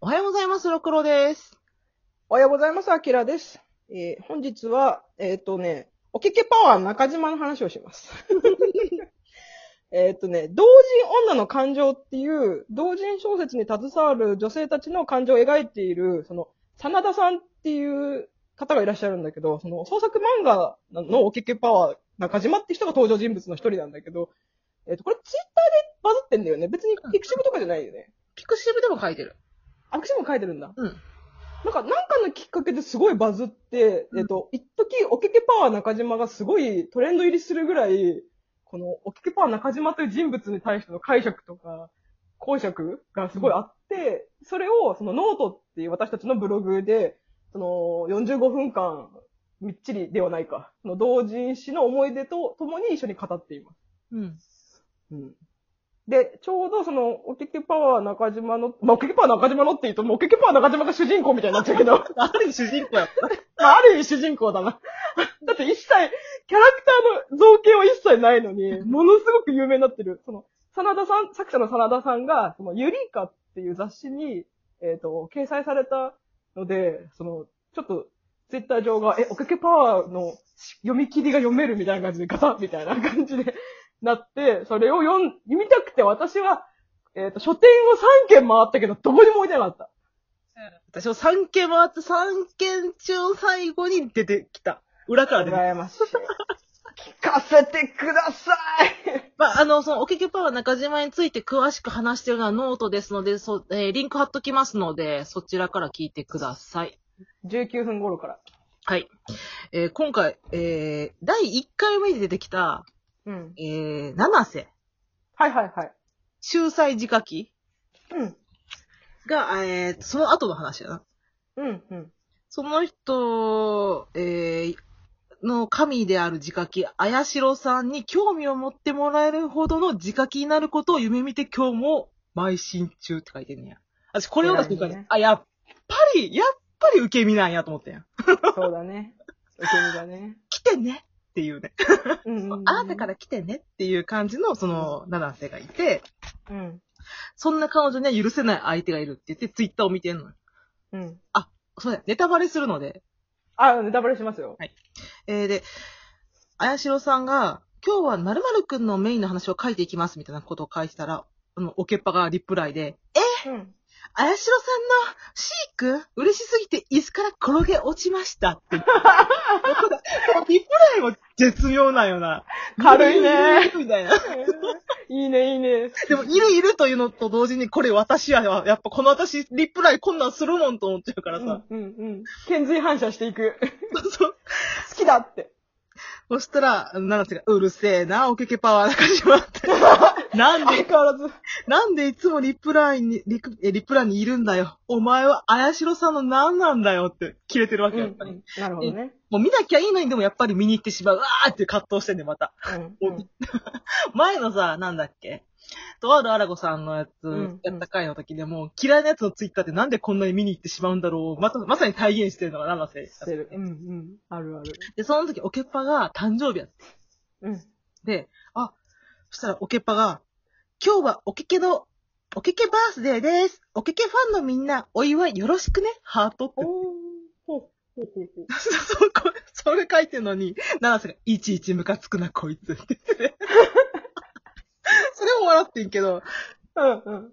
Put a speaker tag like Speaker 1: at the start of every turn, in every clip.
Speaker 1: おはようございます、ろくろです。
Speaker 2: おはようございます、あきらです。えー本日は、えっ、とね、おけけパワー中島の話をします。 えっとね、同人女の感情っていう、同人小説に携わる女性たちの感情を描いている、その、真田さんっていう方がいらっしゃるんだけど、その創作漫画のおけけパワー中島って人が登場人物の一人なんだけど、えっ、と、これツイッターでバズってんだよね。別にフィクシブとかじゃないよね。
Speaker 1: ピクシブでも書いてる。
Speaker 2: アクションも書いてるんだ。
Speaker 1: うん。
Speaker 2: なんか、なんかのきっかけですごいバズって、えっと、一時、おけけパワー中島がすごいトレンド入りするぐらい、この、おけけパワー中島という人物に対しての解釈とか、公爵がすごいあって、それを、そのノートっていう私たちのブログで、その、45分間、みっちりではないか、その同人誌の思い出と共に一緒に語っています。
Speaker 1: うん。
Speaker 2: うんで、ちょうどその、おけけパワー中島の、まあ、おけけパワー中島のって言うと、もうおけけパワー中島が主人公みたいになっちゃうけど、
Speaker 1: ある意味主人公やった。
Speaker 2: まあ、ある意味主人公だな。 だって一切、キャラクターの造形は一切ないのに、ものすごく有名になってる。その、真田さん、作者の真田さんが、その、ユリカっていう雑誌に、えっ、と、掲載されたので、その、ちょっと、ツイッター上が、え、おかけパワーの読み切りが読めるみたいな感じで、ガタッみたいな感じでなって、それを読ん、読みたくて私は、えっ、と、書店を3軒回ったけど、どこにも置いてなかった。
Speaker 1: 私も3件回って、3件中の最後に出てきた。裏から出てきた。
Speaker 2: 羨ましい。聞かせてください。
Speaker 1: まあ、あの、その、おけけパワー中島について詳しく話してるのはノートですので、そ、えーリンク貼っときますので、そちらから聞いてください。
Speaker 2: 19分頃から。
Speaker 1: はい。えー今回、えー第1回目に出てきた、
Speaker 2: うん。
Speaker 1: えー、七瀬、
Speaker 2: はいはいはい。
Speaker 1: 秀才自家機
Speaker 2: うん。
Speaker 1: が、えーその後の話やな。
Speaker 2: うん、うん。
Speaker 1: その人、えーの神である自家機、綾代さんに興味を持ってもらえるほどの自家機になることを夢見て今日も邁進中って書いてんねや。私これを出してから、
Speaker 2: 偉いね
Speaker 1: あ、やっぱり、やっぱり受け身なんやと思ったやん。
Speaker 2: そうだね。受け身だね。
Speaker 1: 来てねっていうね。
Speaker 2: うんうん、
Speaker 1: あなたから来てねっていう感じの、その、七瀬がいて、
Speaker 2: ら。うん。
Speaker 1: そんな彼女には許せない相手がいるって言って、ツイッターを見てんのよ。
Speaker 2: うん。
Speaker 1: そうや、ネタバレするので。
Speaker 2: あ、ネタバレしますよ。
Speaker 1: えーで、綾代さんが、今日は〇〇くんのメインの話を書いていきますみたいなことを書いてたら、あの、おけっぱがリプライで、え、
Speaker 2: うん。
Speaker 1: 綾代さんのシーくん嬉しすぎて椅子から転げ落ちましたって言って。このリプライも絶妙なんよな。
Speaker 2: 軽いね。
Speaker 1: みたいな。
Speaker 2: いいね、いいね。
Speaker 1: でも、いるいるというのと同時に、これ私やわ。やっぱこの私、リプライこんなんするもんと思っちゃうか
Speaker 2: う
Speaker 1: ら
Speaker 2: ん、う
Speaker 1: さ
Speaker 2: ん。、うん。遣髄反射していく。
Speaker 1: そう。
Speaker 2: 好きだって。
Speaker 1: そしたら、七瀬が、うるせえな、おけけパワー中島って。 なん
Speaker 2: 相
Speaker 1: で、
Speaker 2: 変わらず。
Speaker 1: なんでいつもリプラインに、リクえリプラインにいるんだよ。お前は、綾代さんの何なんだよって、切れてるわけ、やっぱり。
Speaker 2: なるほどね。
Speaker 1: もう見なきゃいいのに、でもやっぱり見に行ってしまう。うわーって葛藤してんね、また。
Speaker 2: うん。うん
Speaker 1: 前のさ、なんだっけ。とあるアラゴさんのやつ
Speaker 2: うん、
Speaker 1: やった回の時でも、嫌いなやつのツイッターってなんでこんなに見に行ってしまうんだろう。また、まさに体現してるのが七瀬。
Speaker 2: してる。うん、うん。あるある。
Speaker 1: で、その時、おけっぱが誕生日やった
Speaker 2: うん。
Speaker 1: で、あ、そしたらおけっぱが、今日はおけけの、おけけバースデーです。おけけファンのみんな、お祝いよろしくね、ハートって
Speaker 2: お。ー。ほうほうほうほう。
Speaker 1: そうこれそれ書いてるのに、七瀬が、いちいちムカつくな、こいつって言ってて。それも笑ってんけど。
Speaker 2: うん、うん。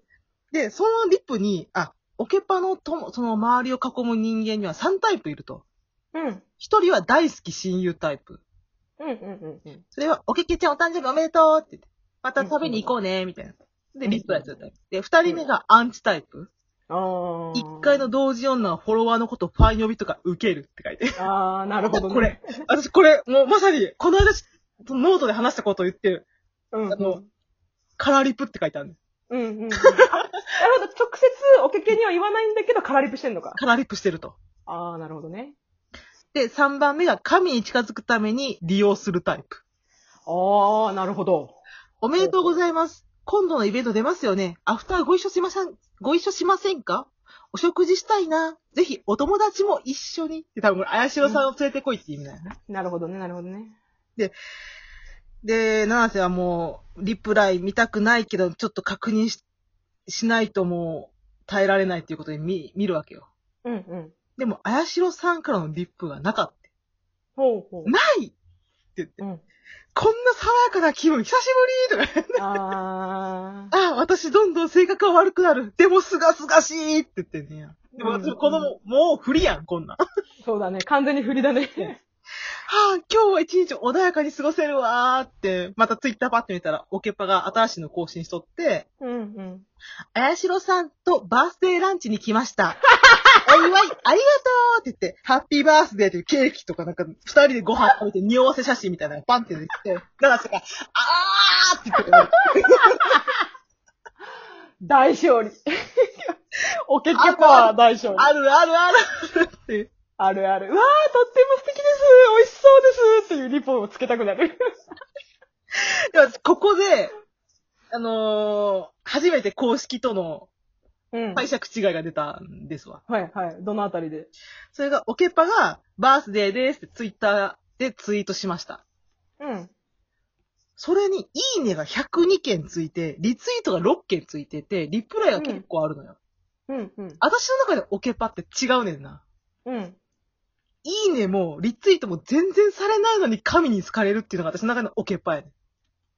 Speaker 1: で、そのリップに、あ、おけっぱのとも、その周りを囲む人間には3タイプいると。
Speaker 2: うん。
Speaker 1: 一人は大好き親友タイプ。
Speaker 2: うんうんうんうん。
Speaker 1: それは、おけけちゃんお誕生日おめでとうって言って、また食べに行こうね、みたいな。で、
Speaker 2: うん
Speaker 1: リップライトだった。で、二人目がアンチタイプ。
Speaker 2: ああ。
Speaker 1: 一回の。同時女はフォロワーのことをファン呼びとか受けるって書いて。
Speaker 2: ああ、なるほど、ね。
Speaker 1: これ。私これ、もうまさに、この間、そのノートで話したことを言ってる。
Speaker 2: うん。
Speaker 1: あのカラーリップって書いてあるの。
Speaker 2: うんうんうん。あなるほど。直接おけけには言わないんだけど、カラリプしてんのか。
Speaker 1: カラーリップしてると。
Speaker 2: ああ、なるほどね。
Speaker 1: で、三番目が神に近づくために利用するタイプ。
Speaker 2: ああ、なるほど。
Speaker 1: おめでとうございます。今度のイベント出ますよね。アフターご一緒しません、ご一緒しませんかお食事したいな。ぜひ、お友達も一緒に。で、多分、綾代さんを連れてこいって意味だよね。
Speaker 2: なるほどね、なるほどね。
Speaker 1: で、七瀬はもう、リプライ見たくないけど、ちょっと確認ししないともう、耐えられないっていうことで見、見るわけよ。
Speaker 2: うんうん。
Speaker 1: でも、綾代さんからのリップがなかっ
Speaker 2: ほうほ
Speaker 1: た。ないって言って、
Speaker 2: う。うん。
Speaker 1: こんな爽やかな気分、久しぶりとか。
Speaker 2: あー。
Speaker 1: ああ、私どんどん性格が悪くなる。でも、すがすがしいって言ってんねや。でも、
Speaker 2: うんうん
Speaker 1: 私もこの、もう不利やん、こんなん。は
Speaker 2: そうだね。完全に振りだね。
Speaker 1: あ、今日は一日穏やかに過ごせるわーって、またツイッターパッて見たら、オケパが新しいの更新しとって、
Speaker 2: うんうん。
Speaker 1: あやしろさんとバースデーランチに来ま した。お祝い、ありがとうって言って、ハッピーバースデーっていうケーキとかなんか、二人でご飯食べて匂わせ写真みたいなのがパンって出てきて、なんか、あーって言ってた
Speaker 2: 大勝利。 お結局は大勝利。
Speaker 1: あるあるあるって。
Speaker 2: あるある。うわー、とっても素敵です美味しそうですっていうリポをつけたくなる。
Speaker 1: でもここで、あのー初めて公式との
Speaker 2: うん。は
Speaker 1: 解
Speaker 2: い、
Speaker 1: 釈違いが出たんですわ。
Speaker 2: はい。どのあたりで
Speaker 1: それが、オケパが、バースデーですってツイッターでツイートしました。
Speaker 2: うん。
Speaker 1: それに、いいねが102件ついて、リツイートが6件ついてて、リプライが結構あるのよ。
Speaker 2: うん、うん。
Speaker 1: 私の中でオケパって違うねんな。
Speaker 2: うん。
Speaker 1: いいねも、リツイートも全然されないのに神に好かれるっていうのが私の中のオケパやねん。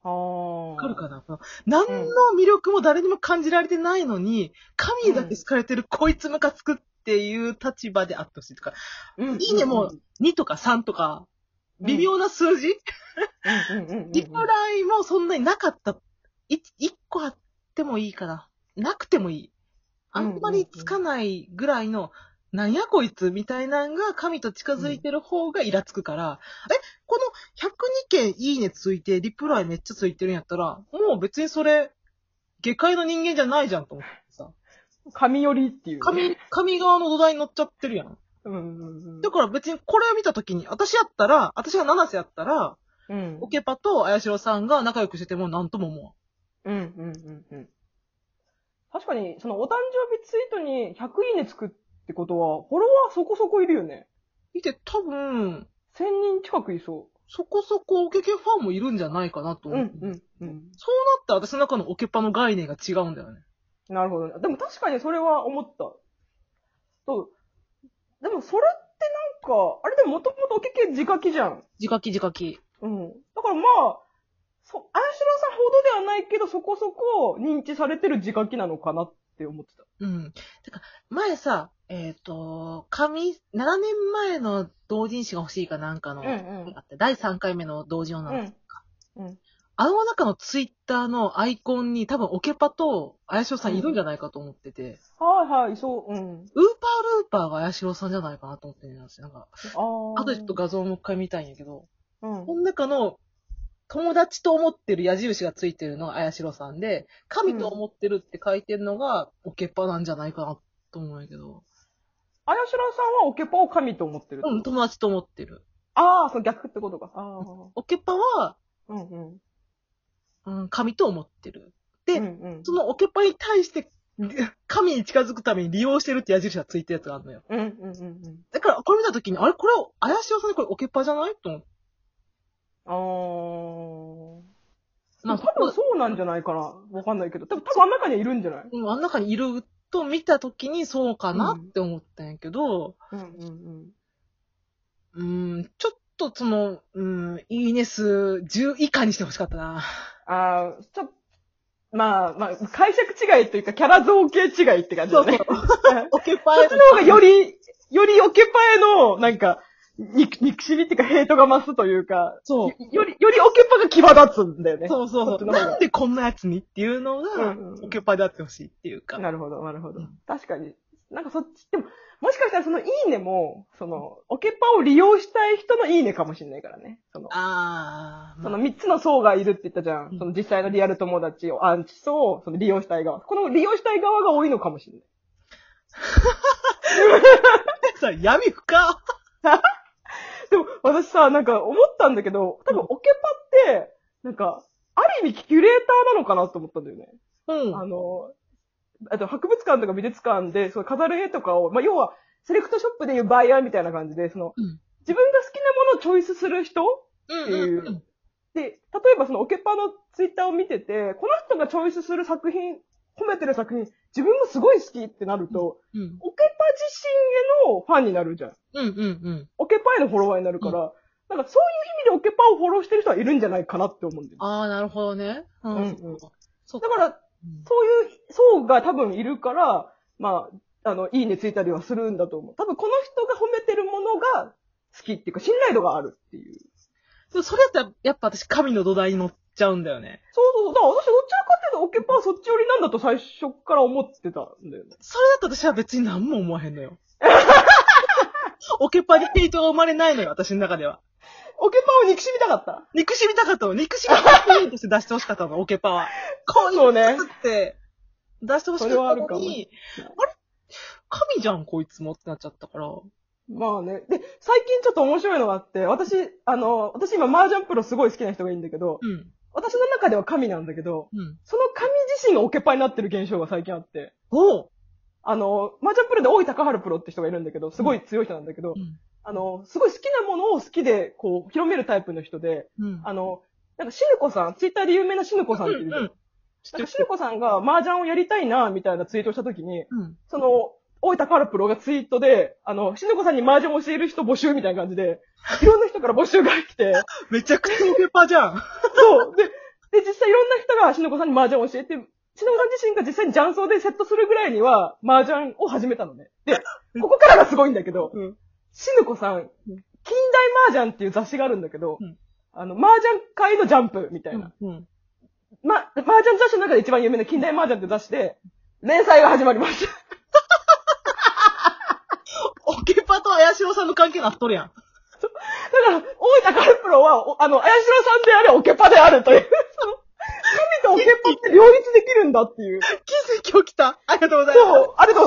Speaker 2: あー。
Speaker 1: わかるかな、何の魅力も誰にも感じられてないのに、神にだけ好かれてるこいつムカつくっていう立場であってほしいとか、
Speaker 2: うん。
Speaker 1: いいねも
Speaker 2: うん、
Speaker 1: 2とか3とか、微妙な数字、
Speaker 2: うんうんうんうん。
Speaker 1: リプライもそんなになかった。い1個あってもいいかな。なくてもいい。あんまりつかないぐらいの、なんやこいつみたいなのが神と近づいてる方がイラつくから、え、この102件いいねついて、リプライめっちゃついてるんやったら、もう別にそれ、下界の人間じゃないじゃんと思ってさ。
Speaker 2: 神寄りっていうね。
Speaker 1: 神、神側の土台に乗っちゃってるやん。
Speaker 2: うんうんうん。
Speaker 1: だから別にこれを見た時に、私やったら、私が七瀬やったら、
Speaker 2: うん。
Speaker 1: オケパと綾代さんが仲良くしててもなんとも思わん。
Speaker 2: うんうんうんうん。確かに、そのお誕生日ツイートに100いいねつくってことは、フォロワーそこそこいるよね。
Speaker 1: 見て、多分、
Speaker 2: 1000人近くいそ
Speaker 1: そこそこオケケファンもいるんじゃないかなと
Speaker 2: う。
Speaker 1: 思う。
Speaker 2: うんう
Speaker 1: そ
Speaker 2: ん。
Speaker 1: うなったら私の中のオケパの概念が違うんだよね。
Speaker 2: なるほどね。でも確かにそれは思った。そう。でもそれってなんか、あれでももともとおけけ自書きじゃん。
Speaker 1: 自書き自書き。
Speaker 2: うん。だからまあ、そ、あやしろさんほどではないけど、そこそこ認知されてる自書きなのかなって思ってた。
Speaker 1: うん。てか、前さ、えっ、と、紙、7年前の同人誌が欲しいかなんかの、
Speaker 2: ん
Speaker 1: あって、第3回目の同人女の、
Speaker 2: うん。
Speaker 1: あの中のツイッターのアイコンに多分オケパと綾代さんいるんじゃないかと思ってて、
Speaker 2: はいはい、そう、うん。
Speaker 1: ウーパールーパーが綾代さんじゃないかなと思ってるんですよ。なんか、
Speaker 2: ああ。
Speaker 1: あとでちょっと画像をもう一回見たいんやけど、
Speaker 2: うん。
Speaker 1: この中の、友達と思ってる矢印がついてるのが綾代さんで、神と思ってるって書いてるのが、オケっぱなんじゃないかなと思うんやけど。
Speaker 2: あやしろさんはオケパを神と思ってる。
Speaker 1: うん、友達と思ってる。
Speaker 2: ああ、その逆ってことか。ああ。
Speaker 1: オケっぱは、
Speaker 2: うんうん。
Speaker 1: うん、神と思ってる。で
Speaker 2: うんうん
Speaker 1: そのオケっぱに対して、神に近づくために利用してるって矢印がついてるやつがあるのよ。
Speaker 2: うんうんうんうん。
Speaker 1: だから、これ見たときに、あれこれ、綾代さんこれオケっぱじゃないと思って。
Speaker 2: あー
Speaker 1: なんか
Speaker 2: 多分そうなんじゃないかな。わかんないけど。多分、多分あん中にはいるんじゃない
Speaker 1: うんあん中にいると見たときにそうかなって思ったんやけど、
Speaker 2: うんうん
Speaker 1: うーん、ちょっとその、うーん、いいね数10以下にしてほしかったな。
Speaker 2: うん。ああ、ちょ、まあまあ、解釈違いというか、キャラ造形違いって感じだ
Speaker 1: う。
Speaker 2: ね。そ
Speaker 1: オケパイ
Speaker 2: っちの方がより、よりオケパへの、なんか、憎憎しみっていうか、ヘイトが増すというか、
Speaker 1: そう。
Speaker 2: より、よりオケパが際立つんだよね。
Speaker 1: そう
Speaker 2: そ
Speaker 1: そう
Speaker 2: っ
Speaker 1: そ
Speaker 2: ち
Speaker 1: う。
Speaker 2: の方が
Speaker 1: なんでこんなやつにっていうのが、
Speaker 2: ん
Speaker 1: オケパイであってほしいっていうか。
Speaker 2: なるほど、なるほど
Speaker 1: うん。
Speaker 2: 確かに。なんかそっち、でも、もしかしたらそのいいねも、その、オケパを利用したい人のいいねかもしれないからね。その、
Speaker 1: あー、
Speaker 2: そ
Speaker 1: ま
Speaker 2: の
Speaker 1: あ、
Speaker 2: 3つの層がいるって言ったじゃ
Speaker 1: うん
Speaker 2: ん。その実際のリアル友達を、アンチ層、その利用したい側。この利用したい側が多いのかもしれない。
Speaker 1: さ、闇深
Speaker 2: でも、私さ、なんか思ったんだけど、多分
Speaker 1: うん
Speaker 2: オケパって、なんか、ある意味キュレーターなのかなと思ったんだよね。
Speaker 1: うん。
Speaker 2: あの、あと博物館とか美術館で、そう飾る絵とかを、まあ、要は、セレクトショップでいうバイヤーみたいな感じで、その、
Speaker 1: うん
Speaker 2: 自分が好きなものをチョイスする人
Speaker 1: うん
Speaker 2: ていう
Speaker 1: うんうん。
Speaker 2: で、例えばそのオケパのツイッターを見てて、この人がチョイスする作品、褒めてる作品、自分もすごい好きってなると、
Speaker 1: うん。
Speaker 2: オケパ自身へのファンになるじゃん。
Speaker 1: うんうんうん。
Speaker 2: オケパへのフォロワーになるから、なんかそういう意味でオケパをフォローしてる人はいるんじゃないかなって思うんだよね。
Speaker 1: ああ、なるほどね。う
Speaker 2: うん
Speaker 1: ん。
Speaker 2: うん
Speaker 1: そう
Speaker 2: だから、そういう層が多分いるから、まあ、あの、いいねついたりはするんだと思う。多分この人が褒めてるものが好きっていうか、信頼度があるっていう。
Speaker 1: でもそれだったら、やっぱ私、神の土台に乗っちゃうんだよね。
Speaker 2: そうそうそう。だから私どっちかっていうとオケパはそっち寄りなんだと最初から思ってたんだよね。
Speaker 1: それだったら私は別に何も思わへんのよ。オケパにヘイトが生まれないのよ、私の中では。
Speaker 2: オケパを憎しみたかった。
Speaker 1: 憎しみたかったの。憎しみたかったとして出してほしかったの、オケパは。こういう
Speaker 2: そうね。
Speaker 1: って、出してほしかっ
Speaker 2: それはあ
Speaker 1: た
Speaker 2: るか
Speaker 1: の
Speaker 2: も
Speaker 1: に、あれ神じゃん、こいつもってなっちゃったから。
Speaker 2: まあね。で、最近ちょっと面白いのがあって、私、あの、私今麻雀プロすごい好きな人がいいんだけど、
Speaker 1: うん。
Speaker 2: 私の中では神なんだけど、
Speaker 1: うん。
Speaker 2: その神自身がオケパになってる現象が最近あって、
Speaker 1: おう
Speaker 2: あの、麻雀プロで大井高春プロって人がいるんだけど、すごい強い人なんだけど、
Speaker 1: うん。
Speaker 2: あの、すごい好きなものを好きで、こう、広めるタイプの人で、
Speaker 1: うん。
Speaker 2: あの、なんか、しぬこさん、ツイッターで有名なしぬこさんっていう、
Speaker 1: うんうん
Speaker 2: なんか、しぬこさんが麻雀をやりたいな、みたいなツイートをしたときに、
Speaker 1: うん。
Speaker 2: その、大分カルプロがツイートで、あの、しぬこさんに麻雀を教える人募集みたいな感じで、いろんな人から募集が来て、
Speaker 1: めちゃくちゃオケパじゃん。
Speaker 2: そう。で、で、実際いろんな人がしのこさんに麻雀を教えて、しのこさん自身が実際に雀荘でセットするぐらいには、麻雀を始めたのね。で、ここからがすごいんだけど、
Speaker 1: うん。
Speaker 2: しのこさん、近代麻雀っていう雑誌があるんだけど、
Speaker 1: うん
Speaker 2: あの、麻雀界のジャンプみたいな。
Speaker 1: うん。
Speaker 2: ま、麻雀雑誌の中で一番有名な近代麻雀っていう雑誌で、連載が始まりました。
Speaker 1: オケパと綾代さんの関係なっとるやん。
Speaker 2: だから、大分カルプロは、おあの、綾代さんであれ、オケパであるという、その、神とオケパって両立できるんだっていう。
Speaker 1: 奇跡起きた。ありがとうございます。
Speaker 2: そう、あれと